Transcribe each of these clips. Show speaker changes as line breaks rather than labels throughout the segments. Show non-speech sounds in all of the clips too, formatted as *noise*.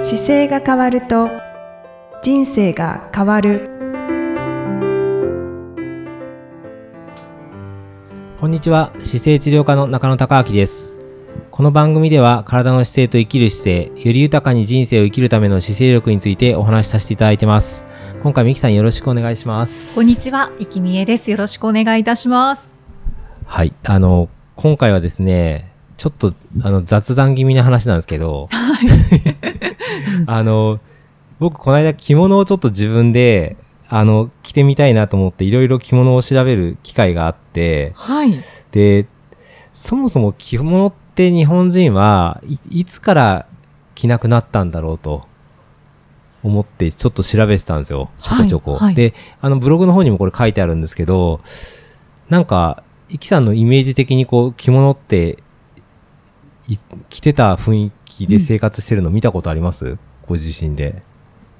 姿勢が変わると人生が変わる
こんにちは姿勢治療科の中野孝明ですこの番組では体の姿勢と生きる姿勢より豊かに人生を生きるための姿勢力についてお話しさせていただいてます今回ミキさんよろしくお願いします
こんにちは、いきみえです。よろしくお願いいたします。
はいあの今回はですねちょっとあの雑談気味な話なんですけど
はい。
*laughs* あの、僕、この間着物をちょっと自分で、あの、着てみたいなと思って、いろいろ着物を調べる機会があって、
はい。
で、そもそも着物って日本人はい、いつから着なくなったんだろうと思って、ちょっと調べてたんですよ。ちょこちょこ。
はいはい
で、あの、ブログの方にもこれ書いてあるんですけど、なんか、イキさんのイメージ的にこう、着物って、い着てた雰囲気で生活してるの見たことあります、ご自身で。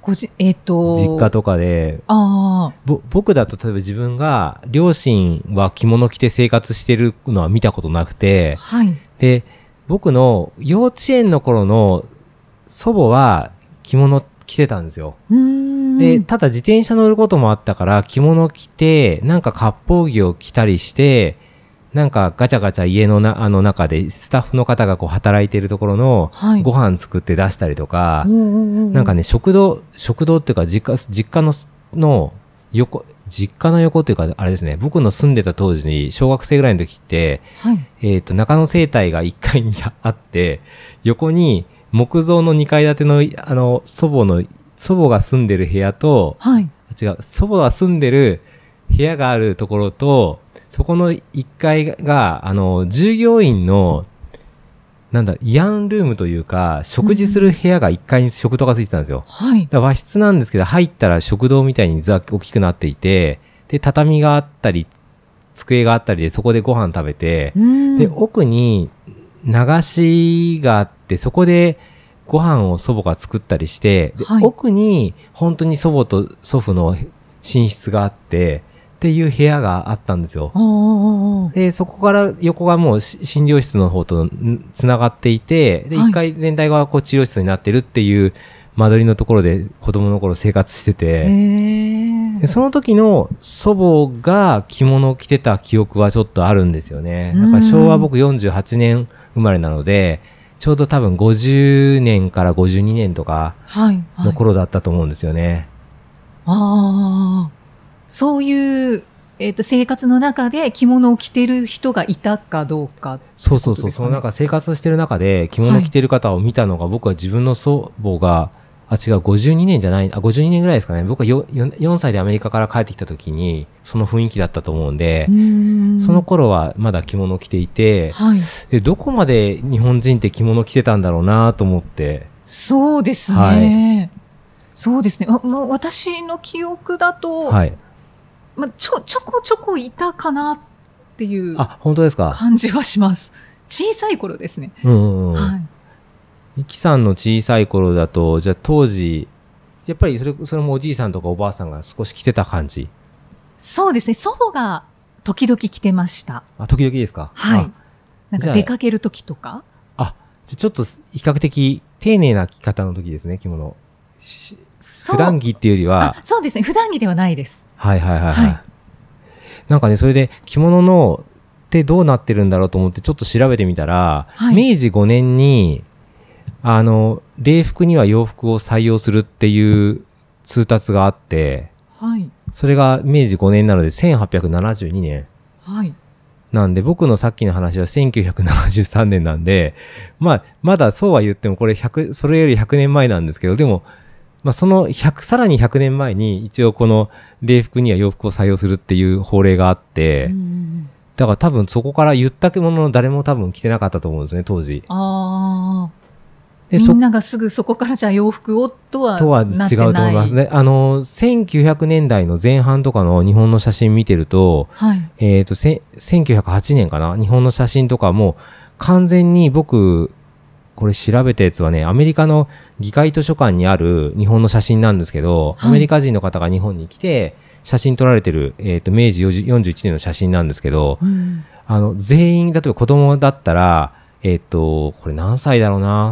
ごじ、えっ、と。
実家とかで、
あ
ぼ僕だと例えば自分が、両親は着物着て生活してるのは見たことなくて
あ。、はい。
で、僕の幼稚園の頃の祖母は着物着てたんですよ。
うーん。
で、ただ自転車乗ることもあったから着物着て、なんか割烹着を着たりして、なんかガチャガチャ家のなあの中でスタッフの方がこう働いてるところの
はい。
ご飯作って出したりとか、
な
なんか
ね、
ね、食堂、食堂っていうか、実家、実家の、の横、実家の横っていうか、あれですね、僕の住んでた当時に、小学生ぐらいの時って、
はい。
えっ、と、中野生態が1階にあって、横に木造の2階建ての、あの、祖母の、祖母が住んでる部屋と、
はい。
あ違う、祖母が住んでる部屋があるところと、そこの1階が、あの、従業員の、なんだ、イアンルームというか、食事する部屋が1階に食堂がついてたんですよ。
はい。
だから和室なんですけど、入ったら食堂みたいにざ大きくなっていて、で、畳があったり、机があったりで、そこでご飯食べて
う、ーん
で、奥に流しがあって、そこでご飯を祖母が作ったりして、で
はい
奥に本当に祖母と祖父の寝室があって、っていう部屋があったんですよ。
あーあーあー
で、そこから横がもうし診療室の方とんつながっていて、で、
はい
1階全体がこう治療室になってるっていう間取りのところで子供の頃生活して
へ
て、
え
でその時の祖母が着物を着てた記憶はちょっとあるんですよね。
うん
だから昭和僕48年生まれなので、ちょうど多分50年から52年とか
はい。はい。
の頃だったと思うんですよね。
ああ。そういう、えっ、と、生活の中で着物を着てる人がいたかどうか。
そうそうそ
ってこと
う、
です
そ
かね
のなんか生活してる中で着物着てる方を見たのが、僕は自分の祖母が、あ、違う、52年じゃない、あ、52年ぐらいですかね。僕は 4, 4歳でアメリカから帰ってきた時に、その雰囲気だったと思うんで
う、ーん
その、頃はまだ着物着ていて、
はい。
で、どこまで日本人って着物着てたんだろうなと思って、
そうですね。
は
そうですね。あまあ、私の記憶だと、
はい。
まあ、ちょ、ちょこちょこいたかなっていう
あ、本当ですか
感じはします。小さい頃ですね。
うんうんうん。
はい。
イキさんの小さい頃だと、じゃあ当時、やっぱりそれ、それもおじいさんとかおばあさんが少し着てた感じ。
そうですね。祖母が時々来てました。
あ、時々ですか
は
あ
い。なん
じゃ
か
あ
出かける時とか。
じゃあちょっとす比較的丁寧な着方の時ですね、着物。しし
そう
普段着っていうよりは
あ、、そうですね。普段着ではないです。
はいはいはいはい。
はい
なんかね、それで着物のってどうなってるんだろうと思ってちょっと調べてみたら、
はい
明治5年に、あの、礼服には洋服を採用するっていう通達があって、
はい。
それが明治5年なので1872年。
はい。
なんで、僕のさっきの話は1973年なんで、まあ、まだそうは言っても、これ100、それより100年前なんですけど、でも、まあ、その100、さらに100年前に、一応この礼服には洋服を採用するっていう法令があって、
うんうんうん
だから多分そこから言ったものの誰も多分着てなかったと思うんですね、当時。
ああ。
で、
み
そ
んながすぐそこからじゃあ洋服をとは
とは違
なって
う
ない。
と思います。ね。あの、1900年代の前半とかの日本の写真見てると、
はい。
えっ、と、せ1908年かな日本の写真とかも、完全に僕、これ調べたやつはね、アメリカの議会図書館にある日本の写真なんですけど、
はい
アメリカ人の方が日本に来て、写真撮られてる、えっ、と、明治40 41年の写真なんですけど、
うん
あの、全員、例えば子供だったら、えっ、と、これ何歳だろうな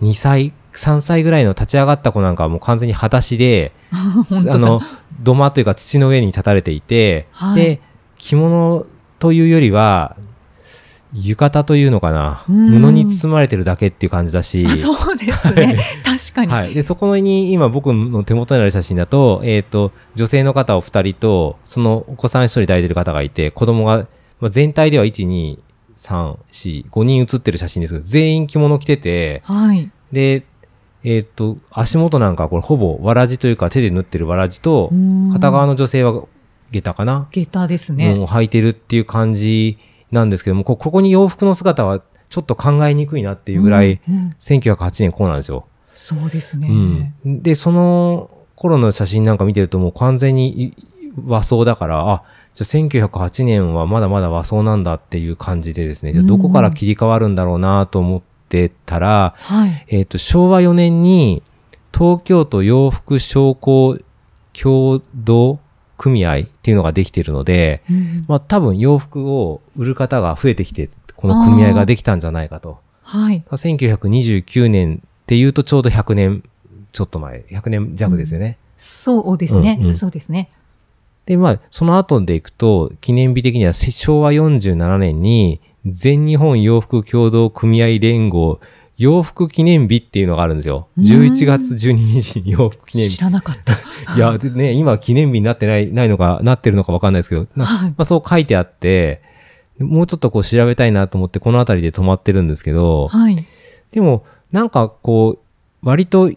?2 歳、 3歳ぐらいの立ち上がった子なんかはもう完全に裸足で、
*laughs* 本当
あ
だ
の、土間というか土の上に立たれていて、
はい
で、着物というよりは、浴衣というのかな、
うん
布に包まれてるだけっていう感じだし、
あそうですね。確かに。
はい。で、そこに今僕の手元にある写真だと、えっ、と、女性の方お二人と、そのお子さん一人抱いてる方がいて、子供が、まあ、全体では1、2、3、4、5人写ってる写真ですけど、全員着物着てて、
はい。
で、えっ、と、足元なんかはこれほぼわらじというか手で縫ってるわらじと
う、ん
片側の女性は下駄かな、
下駄ですね。
もう履いてるっていう感じなんですけども、こここに洋服の姿はちょっと考えにくいなっていうぐらい、
うんうん
1908年こうなんですよ。
そうですね。
うん、でその頃の写真なんか見てるともう完全に和装だからあじゃあ1908年はまだまだ和装なんだっていう感じでですねじゃあどこから切り替わるんだろうなと思ってたら、
はい。
えっと昭和4年に東京都洋服商工協同組合っていうのができているので、
うん
まあ、多分洋服を売る方が増えてきてこの組合ができたんじゃないかと。
はい。
1929年っていうとちょうど100年ちょっと前100年弱ですよね。
そうですね。
うんうん
そうですね。
でまあその後でいくと記念日的にはせ昭和47年に全日本洋服協同組合連合洋服記念日っていうのがあるんですよ。
うん
11月12日に *laughs* 洋服記念
知
日。
らな
*laughs*
かった。
いや、でね、今記念日になってない、ないのか、なってるのかわかんないですけど、な
はい
まあ、そう書いてあって、もうちょっとこう調べたいなと思って、この辺りで止まってるんですけど、
はい。
でも、なんかこう、割と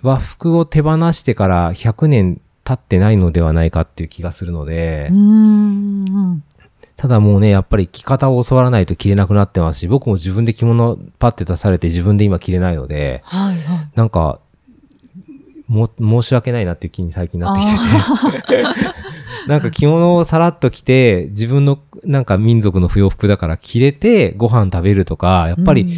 和服を手放してから100年経ってないのではないかっていう気がするので
うー、ん。
ただもうね、やっぱり着方を教わらないと着れなくなってますし、僕も自分で着物パッて出されて自分で今着れないので、
はいはい。
なんか、も、申し訳ないなっていう気に最近なってき
*laughs*
てて。なんか着物をさらっと着て、自分のなんか民族の不要服だから着れてご飯食べるとか、やっぱり、
うん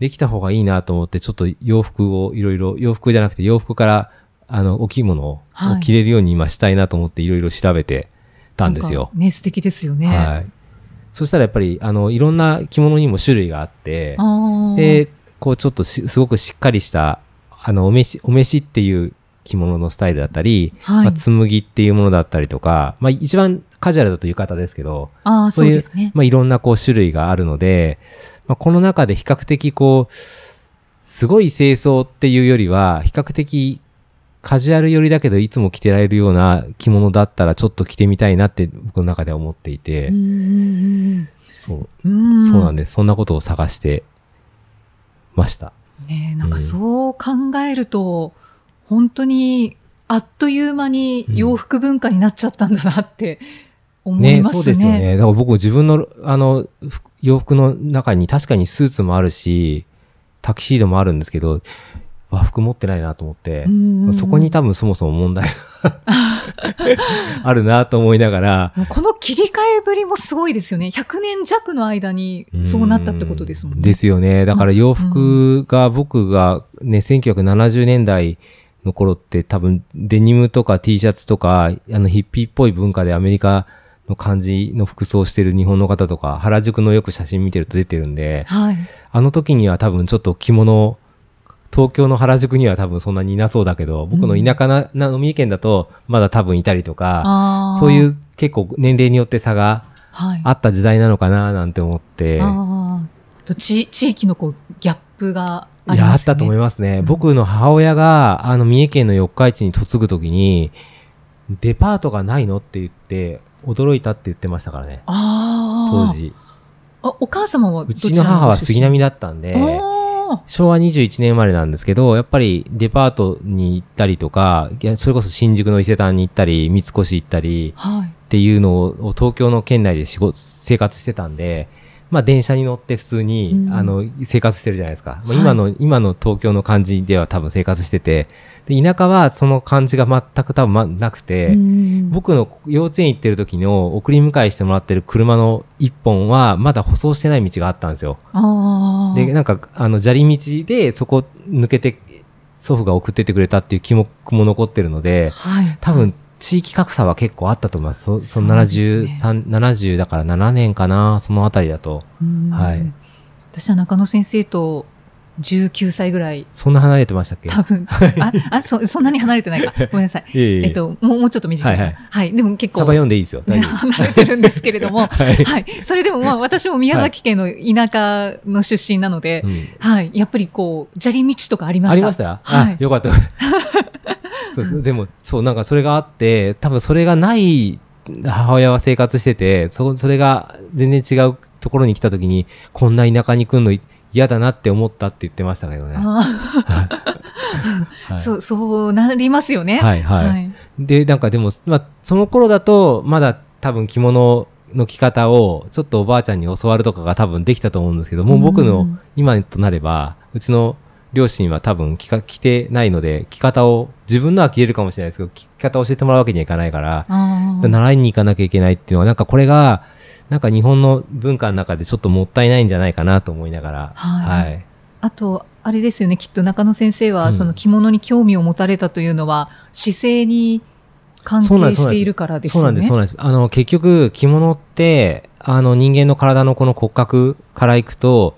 できた方がいいなと思って、ちょっと洋服をいろいろ、洋服じゃなくて洋服から、あの、お着物を
はい
着れるように今したいなと思っていろいろ調べてたんですよ
な。かね、素敵ですよね。
はい。そしたらやっぱり、あの、いろんな着物にも種類があって、
ああ。
で、こうちょっとしすごくしっかりした、あの、お召し、お召しっていう着物のスタイルだったり、
はい。
まあ、紬っていうものだったりとか、まあ一番カジュアルだと浴衣ですけど、
ああ、
そ
そうう
いう
ですね。
まあ、いろんなこう種類があるので、まあ、この中で比較的こう、すごい清掃っていうよりは、比較的カジュアル寄りだけど、いつも着てられるような着物だったら、ちょっと着てみたいなって僕の中では思っていて、
うんうん
そう
うんうん。
そうなん
で
です。そんなことを探してました。
す。ねえなん
う
か
ん
そう考えると、本当に、あっという間に洋服文化になっちゃったんだなって思い
ね、
ますね。
そうですよね。だから僕自分の、あの、ふ洋服の中に確かにスーツもあるし、タキシードもあるんですけど、和服持ってないなと思って、
うんうんうん
そこに多分そもそも問題が *laughs* あるなと思いながら、
もうこの切り替えぶりもすごいですよね。100年弱の間にそうなったってことですもんね。
ですよね。だから洋服が僕がね、1970年代の頃って多分デニムとか T シャツとか、あのヒッピーっぽい文化でアメリカの感じの服装してる日本の方とか、原宿のよく写真見てると出てるんで、
はい。
あの時には多分ちょっと着物、東京の原宿には多分そんなにいなそうだけど、僕の田舎な、な三重県だとまだ多分いたりとか、
ああ。
そうい、う結構年齢によって差が
はい。
あった時代なのかななんて思って、
あーあと地地域のこうギャップがあ
い
ります、ね、
や、あったと思いますね。僕の母親が、あの、三重県の四日市に嫁ぐときに、デパートがないのって言って、驚いたって言ってましたからね、
あ
当
あ
時。
あお母様はど
う
ちら
ちの母は杉並
で
だったんで、
あ
昭和21年生まれなんですけど、やっぱりデパートに行ったりとか、いやそれこそ新宿の伊勢丹に行ったり、三越行ったり
あはい
っていうのを東京の県内で仕事、生活してたんで、まあ電車に乗って普通に、
うん
あの、生活してるじゃないですか。まあ
はい
今の、今の東京の感じでは多分生活してて、で、田舎はその感じが全く多分まなくて、
うん
僕の幼稚園行ってる時の送り迎えしてもらってる車の一本はまだ舗装してない道があったんですよ。
ああ
で、なんか、あの、砂利道で、そこ抜けて、祖父が送ってってくれたっていう記憶も残ってるので、
はい
多分、地域格差は結構あったと思います。そ、その
そうですね
73、70だから7年かな、そのあたりだと。
うん
はい
私は中野先生と19歳ぐらい、
そんな離れてましたっけ *laughs*
多分。あ、あそ、そんなに離れてないか。ごめんなさい。
いえいえ
えっと、もう、もうちょっと短いかな。
は
はいい、
は
でも結
サバ
構、
読んでいいですよ。大
ね、
丈夫
*laughs* 離れてるんですけ
*laughs*
れども、
はい
はい。それでもまあ、私も宮崎県の田舎の出身なので
う、ん
はい。やっぱりこう、砂利道とかありました。
ありました
は
あ
い。
よか
*laughs*
った。そうですでも、そう、なんかそれがあって、多分それがない母親は生活してて、そそれが全然違うところに来た時に、こんな田舎に来るの嫌だなって思ったって言ってましたけどね。
あ
は
あ、
い
そう、そうなりますよね。
はいはいで、なんかでも、まあ、その頃だと、まだ多分着物の着方を、ちょっとおばあちゃんに教わるとかが多分できたと思うんですけど、もう僕
う
の
ん
今となれば、うちの両親は多分着か着てないので、着方を、自分のは着れるかもしれないですけど、着方を教えてもらうわけにはいかないから、
ああ
習いに行かなきゃいけないっていうのは、なんかこれが、なんか日本の文化の中でちょっともったいないんじゃないかなと思いながら、
はい
はい。
あと、あれですよね、きっと中野先生
う
は、
ん
その着物に興味を持たれたというのは、姿勢に関
そうなん
係
です
しているからです
そうな
よ
んで
ね。
す、そうなんです。あの、結局、着物って、あの、人間の体のこの骨格からいくと、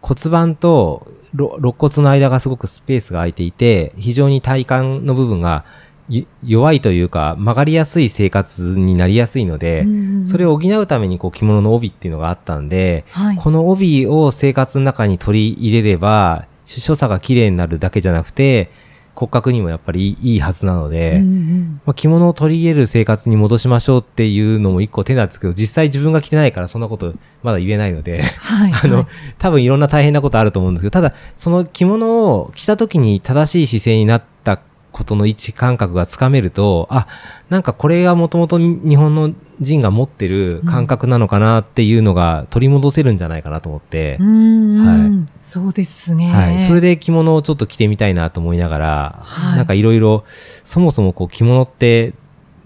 骨盤とろ肋骨の間がすごくスペースが空いていて、非常に体幹の部分がゆ弱いというか、曲がりやすい生活になりやすいので、
うん
それを補うためにこう着物の帯っていうのがあったんで、
はい、
この帯を生活の中に取り入れれば、し所作が綺麗になるだけじゃなくて、骨格にもやっぱりいいいいはずなので、
うんうん
まあ、着物を取り入れる生活に戻しましょうっていうのも一個手なんですけど、実際自分が着てないからそんなことまだ言えないので、 *laughs*
はい、
あ
は
の
い、
多分いろんな大変なことあると思うんですけど、ただ、その着物を着た時に正しい姿勢になったことの位置感覚がつかめると、あ、なんかこれがもともと日本の人が持ってる感覚なのかなっていうのが取り戻せるんじゃないかなと思って
う、んうんそうですね。
はい。それで着物をちょっと着てみたいなと思いながら、
はい
なんかいろいろ、そもそもこう着物って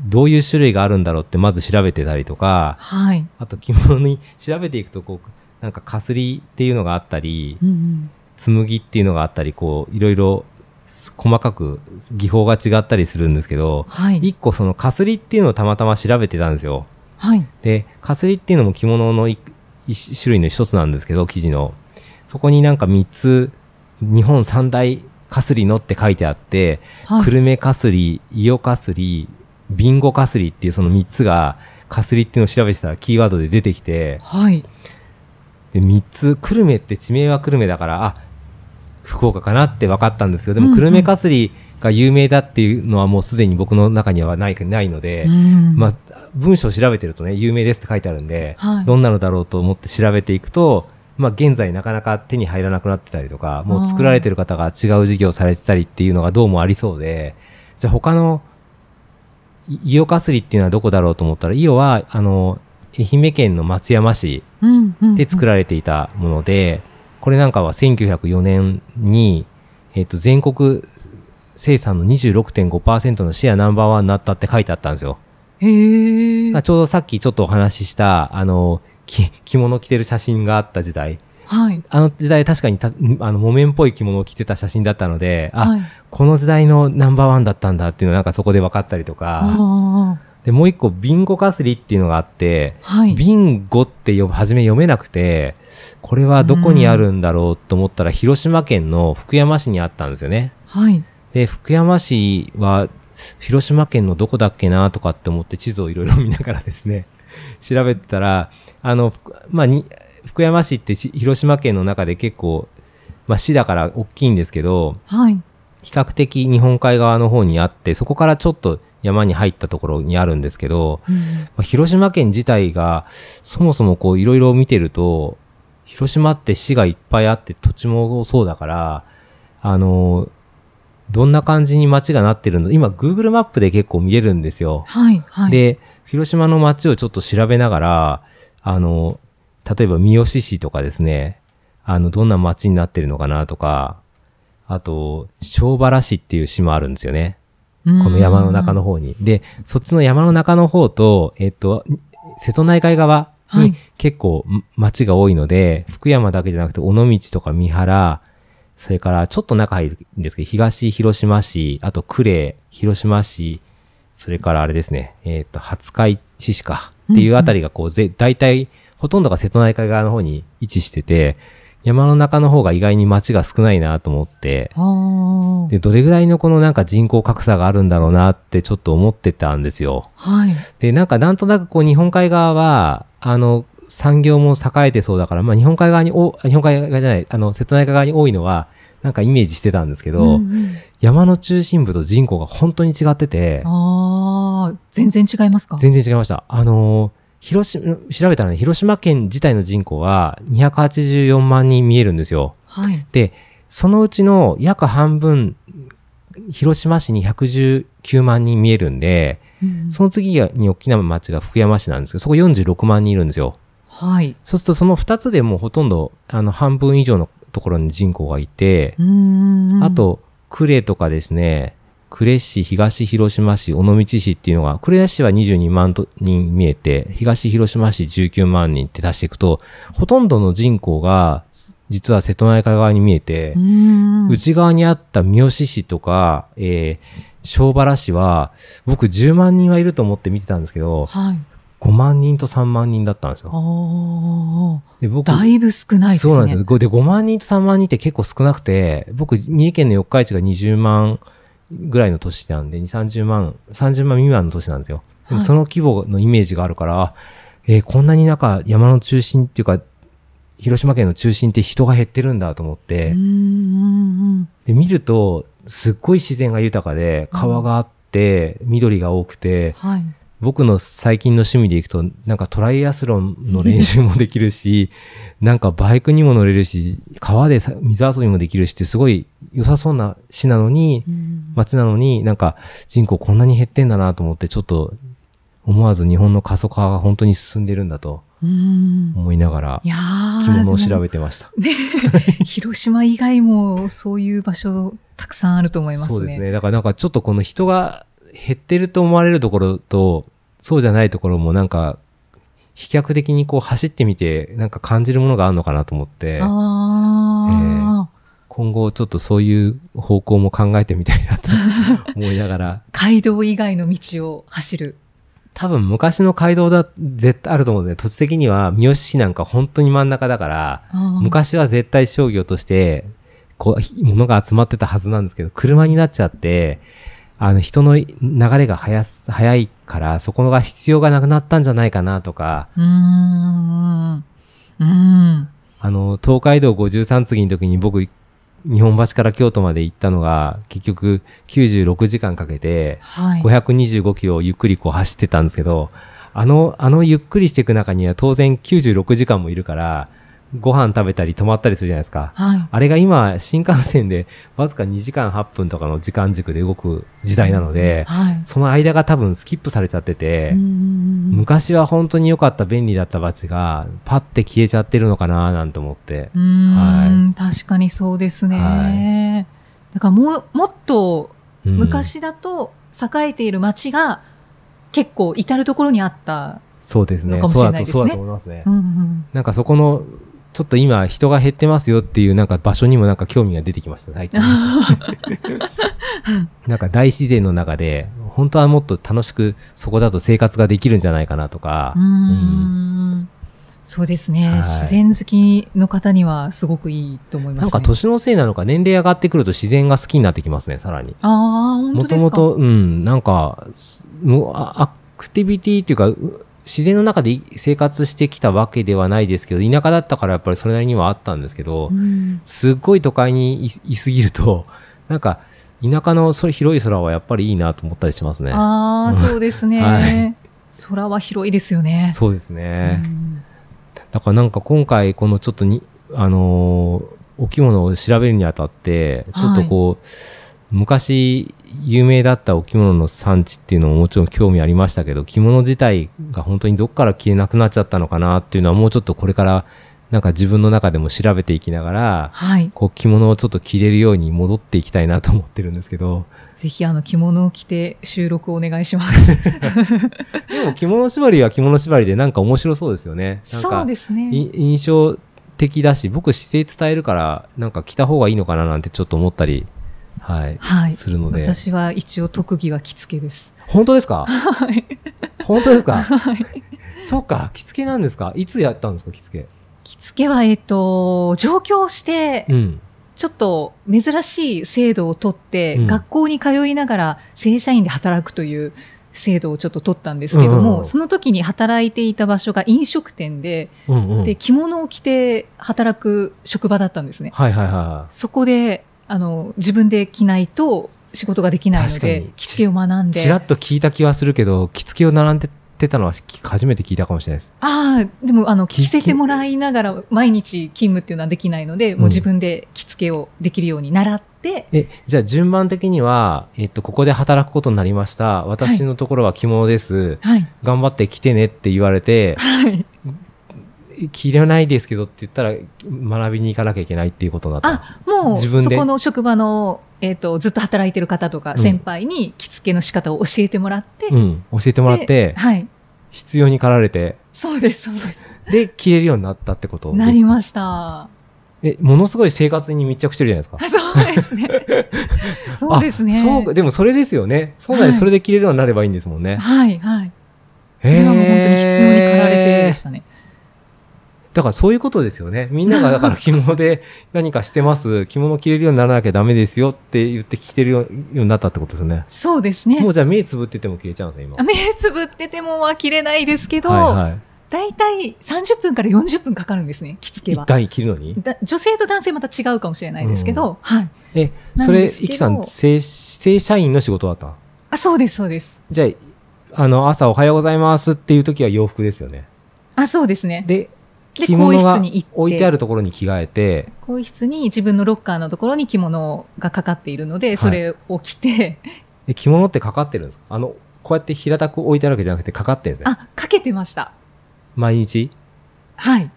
どういう種類があるんだろうってまず調べてたりとか、
はい。
あと着物に調べていくと、こう、なんかかすりっていうのがあったり
う、んうん
紬っていうのがあったり、こう、いろいろ細かく技法が違ったりするんですけど、
はい。
一個そのかすりっていうのをたまたま調べてたんですよ。
はい。
で、かすりっていうのも着物のい一種類の一つなんですけど、生地の。そこになんか3つ、日本三大かすりのって書いてあって、
はい。
久留米かすり、伊予かすり、ビンゴかすりっていうその3つが、かすりっていうのを調べてたらキーワードで出てきて、
はい。
で、3つ、久留米って地名は久留米だから、あ、福岡かなって分かったんですけど、で
うん
も
うん
久留米かすりが有名だっていうのはもうすでに僕の中にはないないので、
うん
まあ、文章を調べてるとね、有名ですって書いてあるんで、
はい
どんなのだろうと思って調べていくと、まあ、現在なかなか手に入らなくなってたりとか、もう作られてる方が違う事業されてたりっていうのがどうもありそうで、じゃあ他の、い伊予かすりっていうのはどこだろうと思ったら、伊予は、あの、愛媛県の松山市
うんうん
で作られていたもので、これなんかは1904年に、えっと、全国生産の26.5%のシェアナンバーワンになったって書いてあったんですよ。
へえ。
まあちょうどさっきちょっとお話しした、あの、き着物着てる写真があった時代。
はい。
あの時代確かにたあの木綿っぽい着物を着てた写真だったので、あ、
はい。
この時代のナンバーワンだったんだっていうのはなんかそこで分かったりとか、
あ
で、もう一個ビンゴかすりっていうのがあって、
あ。はい。
ビンゴってよ初め読めなくて、これはどこにあるんだろうと思ったら、広島県の福山市にあったんですよね。
はい。
で、福山市は、広島県のどこだっけなとかって思って地図をいろいろ見ながらですね、 *laughs* 調べてたら、あの、ふくまあ、に、福山市ってし広島県の中で結構、まあ、市だから大きいんですけど、
はい。
比較的日本海側の方にあって、そこからちょっと山に入ったところにあるんですけど、
うん
まあ広島県自体が、そもそもこういろいろ見てると、広島って市がいっぱいあって土地もそうだから、あの、どんな感じに街がなってるの今 Google マップで結構見れるんですよ。
はい。はい。
で、広島の街をちょっと調べながら、あの、例えば三好市とかですね、あの、どんな街になってるのかなとか、あと、小原市っていう市もあるんですよね。
こ
この山の中の方に。で、そっちの山の中の方と、えっと、瀬戸内海側
は
に
い
結構ん町が多いので、福山だけじゃなくて、尾道とか三原、それからちょっと中入るんですけど、東広島市、あと呉、広島市、それからあれですね、えっと、廿日市市かっていうあたりがこう、ぜ大体、ほとんどが瀬戸内海側の方に位置してて、山の中の方が意外に町が少ないなと思って、
ああ。
で、どれぐらいのこのなんか人口格差があるんだろうなってちょっと思ってたんですよ。
はい。
で、なんかなんとなくこう日本海側は、あの、産業も栄えてそうだから、まあ日本海側にお、日本海側じゃない、あの、瀬戸内海側に多いのは、なんかイメージしてたんですけど、
うんうん
山の中心部と人口が本当に違ってて、
ああ、全然違いますか
全然違いました。あのー広島、調べたらね、広島県自体の人口は284万人見えるんですよ。
はい。
で、そのうちの約半分、広島市に119万人見えるんで、
うんうん
その次に大きな町が福山市なんですけど、そこ46万人いるんですよ。
はい。
そうするとその2つでもうほとんど、あの、半分以上のところに人口がいて、
うーん
あ、と、呉とかですね、呉市、東広島市、尾道市っていうのが、呉市は22万人見えて、東広島市19万人って足していくと、ほとんどの人口が、実は瀬戸内海側に見えて
うー、ん
内側にあった三好市とか、えー、小原市は、僕10万人はいると思って見てたんですけど、
はい。
5万人と3万人だったんです
あ
よ。
あ、
で僕
だいぶ少ないですね。
そうなんですよ。ごで、5万人と3万人って結構少なくて、僕、三重県の四日市が20万ぐらいの都市なんで、2、30万、30万未満の都市なんですよ。でも
はい
その規模のイメージがあるから、あえーこんなになんか山の中心っていうか、広島県の中心って人が減ってるんだと思って、
うーん
で、見ると、すっごい自然が豊かで、川があって、緑が多くて、
はい。
僕の最近の趣味でいくと、なんかトライアスロンの練習もできる
*laughs*
し、なんかバイクにも乗れるし、川でさ水遊びもできるしって、すごい良さそうな市なのに、
うん
町なのに、なんか人口こんなに減ってんだなと思って、ちょっと思わず日本の過疎化が本当に進んでるんだと
うーん
思いながら
い、やー
着物を
で
調
も
べてました。
広島以外もそういう場所たくさんあると思いますね。
そうですね。だからなんかちょっとこの人が減ってると思われるところと、そうじゃないところもなんか、飛脚的にこう走ってみて、なんか感じるものがあるのかなと思って、
ああ、
今後ちょっとそういう方向も考えてみたいなと思いなが
*laughs*
ら、
街道以外の道を走る。
多分昔の街道だ、絶対あると思うんで、土地的には三好市なんか本当に真ん中だから、
昔
昔は絶対商業として、こう、物が集まってたはずなんですけど、車になっちゃって、あの、人の流れが早す、早いから、そこが必要がなくなったんじゃないかなとか、
うーん。うーん。
あの、東海道53次の時に僕、日本橋から京都まで行ったのが、結局96時間かけて、
はい。
525キロをゆっくりこう走ってたんですけど、あの、あのゆっくりしていく中には当然96時間もいるから、ご飯食べたり泊まったりするじゃないですか。
はい。
あれが今、新幹線でわずか2時間8分とかの時間軸で動く時代なので、
はい。
その間が多分スキップされちゃってて、
昔
昔は本当に良かった便利だったバチが、パッて消えちゃってるのかななんて思って。
うーん、確かにそうですね。だからもう、もっと
うん、
昔だと栄えている町が結構至るところにあった。
そうですね
のか。もし
そう
れ
だ
な
と、
いですね
そうだと思いますね。
うんうん
なんかそこの、ちょっと今人が減ってますよっていうなんか場所にもなんか興味が出てきました、最近。なんか大自然の中で、本当はもっと楽しくそこだと生活ができるんじゃないかなとか
う、ーんそうですね、
はい
自然好きの方にはすごくいいと思います、ね。
なんか年のせいなのか年齢上がってくると自然が好きになってきますね、さらに。
ああ、本当
もと
ですか。
もと、うん、なんか、すもうあアクティビティっていうか、う自然の中でい生活してきたわけではないですけど、田舎だったからやっぱりそれなりにはあったんですけど
う、ん
すっごい都会にいいすぎると、 *laughs* なんか、田舎のそれ広い空はやっぱりいいなと思ったりしますね。
ああ、そうですね、
はい
空は広いですよね。
そうです
う
ね。
ん
だからなんか今回このちょっとに、あのーお着物を調べるにあたって、ちょっとこう、昔有名だったお着物の産地っていうのももちろん興味ありましたけど、着物自体が本当にどっから消えなくなっちゃったのかなっていうのはもうちょっとこれからなんか自分の中でも調べていきながら、
はい。
こう着物をちょっと着れるように戻っていきたいなと思ってるんですけど、
ぜひ、あの、着物を着て収録をお願いします。
でも着物縛りは着物縛りでなんか面白そうですよね。なんか
そうですね。
い印象的だし僕姿勢伝えるからなんか着た方がいいのかななんてちょっと思ったり、はい
はい。
するので
私は一応特技は着付けです。
本当ですか
はい。 *laughs*
本当ですかそうか着付けなんですかいつやったんですか着付け
着付けは、えっと、上京して、
うん。
ちょっと珍しい制度を取って、
うん
学校に通いながら正社員で働くという制度をちょっと取ったんですけど
うんうん
も、
うん
その時に働いていた場所が飲食店で、
うんうん。
で、着物を着て働く職場だったんですね。
はいはいは
そこで、あの、自分で着ないと仕事ができないの
確か
で
に、
着付けを学ん
い。
で。
ちらっと聞いた気はするけど、着付けを並んでてたのはき初めて聞いたかもしれないです。
ああ、でも、あの、
き
着せてもらいながら、毎日勤務っていうのはできないので、もう自分で着付けをできるように習って、
え、じゃあ順番的には、えっと、ここで働くことになりました。私のところは着物です。
はい。
頑張って来てねって言われて、
はい。
着れないですけどって言ったら、学びに行かなきゃいけないっていうことになった。
あもう、
自分
そ
で
この職場の、えっ、と、ずっと働いてる方とか、
ん
先輩に着付けの仕方を教えてもらって、
うん。教えてもらっ
で
て、
はい。
必要に駆られて、
そうです、そうです。
で、着れるようになったってこと
なりま
し
した。あ
え、ものすごい生活に密着してるじゃないですか。
そうですね。そうです
*laughs*
ね。
あそうか、でもそれですよね。そうな
は
り、
い
それで着れるようになればいいんですもんね。
はい、はい。そ
へー
れはもう本当に必要に駆られてでしたね。
だからそういうことですよね。みんながだから着物
*laughs*
で何かしてます。着物着れるようにならなきゃダメですよって言って着てるようになったってことですよね。
そうですね
も。うじゃあ目つぶってても着れちゃうんですよ、今。
目つぶっててもは切れないですけど、
はいはい。
だいたい30分から40分かかるんですね、着付け
一
は。
回着るのに
だ女性と男性また違うかもしれないですけど、はい。
え、
ど
それ、いきさん、正、正社員の仕事だった
あ、そうです、そうです。
じゃあ、あの、朝おはようございますっていう時は洋服ですよね。
あ、そうですね。
で、
で
着物
更衣
が
室に行って
置いてあるところに着替えて、
更衣室に自分のロッカーのところに着物がかかっているので、
い
それを着て、
え着物ってかかってるんですかあの、こうやって平たく置いてあるわけじゃなくてかかってるんですね。
あ、かけてました。
毎日
はい。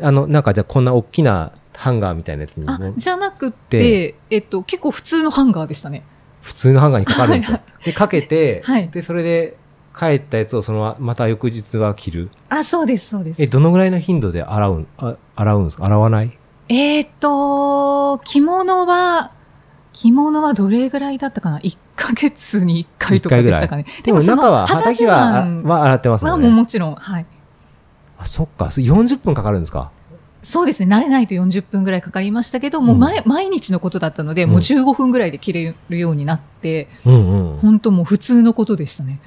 あの、なんかじゃあこんな大きなハンガーみたいなやつに、
あ
ね、
じゃなくて、えっと、結構普通のハンガーでしたね。
普通のハンガーにかかるんですよ
は。
で、かけて、
*laughs* はい
で、それで帰ったやつをそのまままた翌日は着る。
あ、そうです、そうです。
え、どのぐらいの頻度で洗うん、あ洗うんですか洗わない
えーっと、着物は、着物はどれぐらいだったかな ?1 ヶ月に1回とかでしたかね。
でも
その
中は、
肌
肌
自
着
慢
は、あは洗ってます
は
よ
もう
ね。
もちろん、はい。
あ、そっか。そ40分かかるんですか
そうですね、慣れないと40分ぐらいかかりましたけど、もう毎毎日のことだったので、
うん
もう15分ぐらいで着れるようになって、
うんうん。
本当もう普通のことでしたね。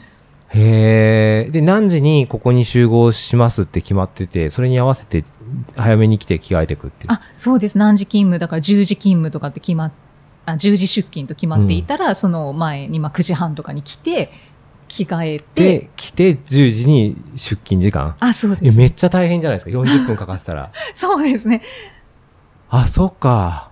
へえ。で、何時にここに集合しますって決まってて、それに合わせて、早めに来て着替えてくっていう。
あ、そうです、何時勤務、だから10時勤務とかって決まっあ10時出勤と決まっていたら、その前に、まあ、9時半とかに来て、着替えて、
で、来て10時に出勤時間。
あ、そう
え
です、
め
ね。
っちゃ大変じゃないですか。40分かかってた
*laughs*
ら。
そうですね。
あ、そっか。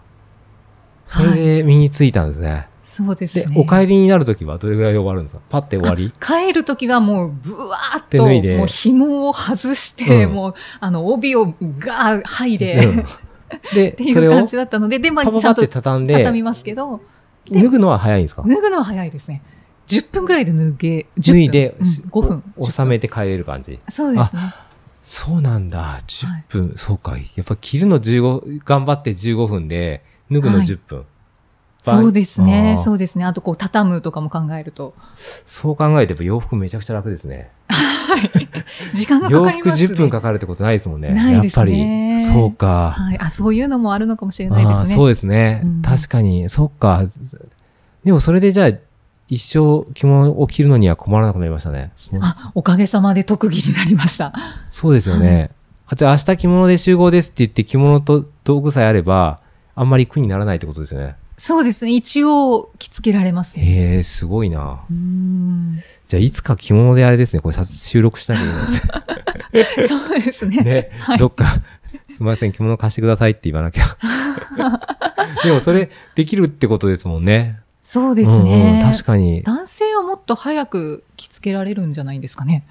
それで身についたんですね。
そうです
で
ね。、
お帰りになるときはどれぐらいで終わるんですかパッて終わり
帰るときはもう、ぶわーっ
手
と、
脱いで
もう紐を外して、
うん
もう、あの、帯をガー、剥いで、
うん
っ
で
てい、
そうれを
感じだったので、で、ま
パパ
あ、ち
パ
ゃ
っ
んと
て畳んで、
畳みますけど、で
脱ぐのは早いんですか
脱ぐのは早いですね。10分ぐらいで脱げ、10分
脱いで、
うん5分。
お収めて帰れる感じ。
そうですね。
そうなんだ。10分、そうか。やっぱ着るの15、頑張って15分で、脱ぐの
はい
10分。倍
そうですね
あ。ー
そうですね。あと、こう、畳むとかも考えると、
そう考えてやっぱ洋服めちゃくちゃ楽ですね。
時間がか
洋
かり
服
ますね。
10分かかるってことないですもんね。
ないです
や
ね
っぱり。そうか。
はい。あ、そういうのもあるのかもしれないです
あー
ね。
そうですね。
うん
確かに。そっか。でもそれでじゃあ、一生着物を着るのには困らなくなりましたね。そう
あ、おかげさまで特技になりました。
そうですよね。あじゃあ明日着物で集合ですって言って着物と道具さえあれば、あんまり苦にならないってことですよね。
そうですね。一応、着付けられますね。
へえ、すごいな。
うーん
じゃあいつか着物であれですね、これさ収録しなきゃいけないです
そうです *laughs* ね。
ねね。
はい
どっか、すみません、着物貸してくださいって言わなき
*laughs*
ゃ。でもそれできるってことですもんね。
そうですね。
うんうん、確かに。
男性はもっと早く着付けられるんじゃないんですかね。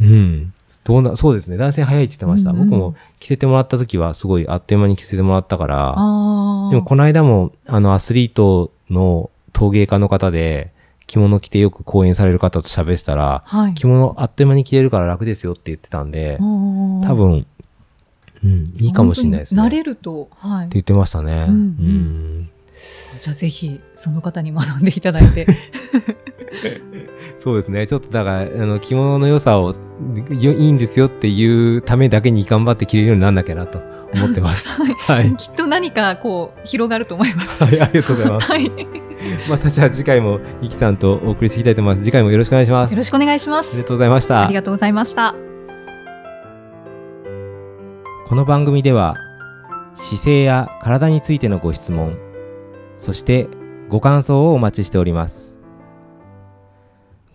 うん。どうな、そうですね。男性早いって言ってました。
うんうん
僕も着せてもらった時はすごいあっという間に着せてもらったから。
ああ。
でもこの間も、あの、アスリートの陶芸家の方で、着物着てよく講演される方と喋ってたら、
はい。
着物あっという間に着れるから楽ですよって言ってたんで、多
多
分、うん、いいかもしれないですね。
慣
って
れると、はい。
言ってましたね。う
うんうん
ん *laughs*
じゃあぜひ、その方に学んでいただいて。
そうですね。ちょっとだから、あの、着物の良さを、よいいんですよっていうためだけに頑張って着れるようになんなきゃなと思って
*laughs*
ます。
はい
はい。
きっと何かこう広がると思います。
はいありがとうございます
はい、よ
またじゃあ次回も、いきさんとお送りしていきたいと思います。次回もよろしくお願いします。
ろしくお願いしま
ありが
す。
とうございました
あり。がとうございました。
この番組では姿勢や体についてのご質問そしてご感想をお待ちしております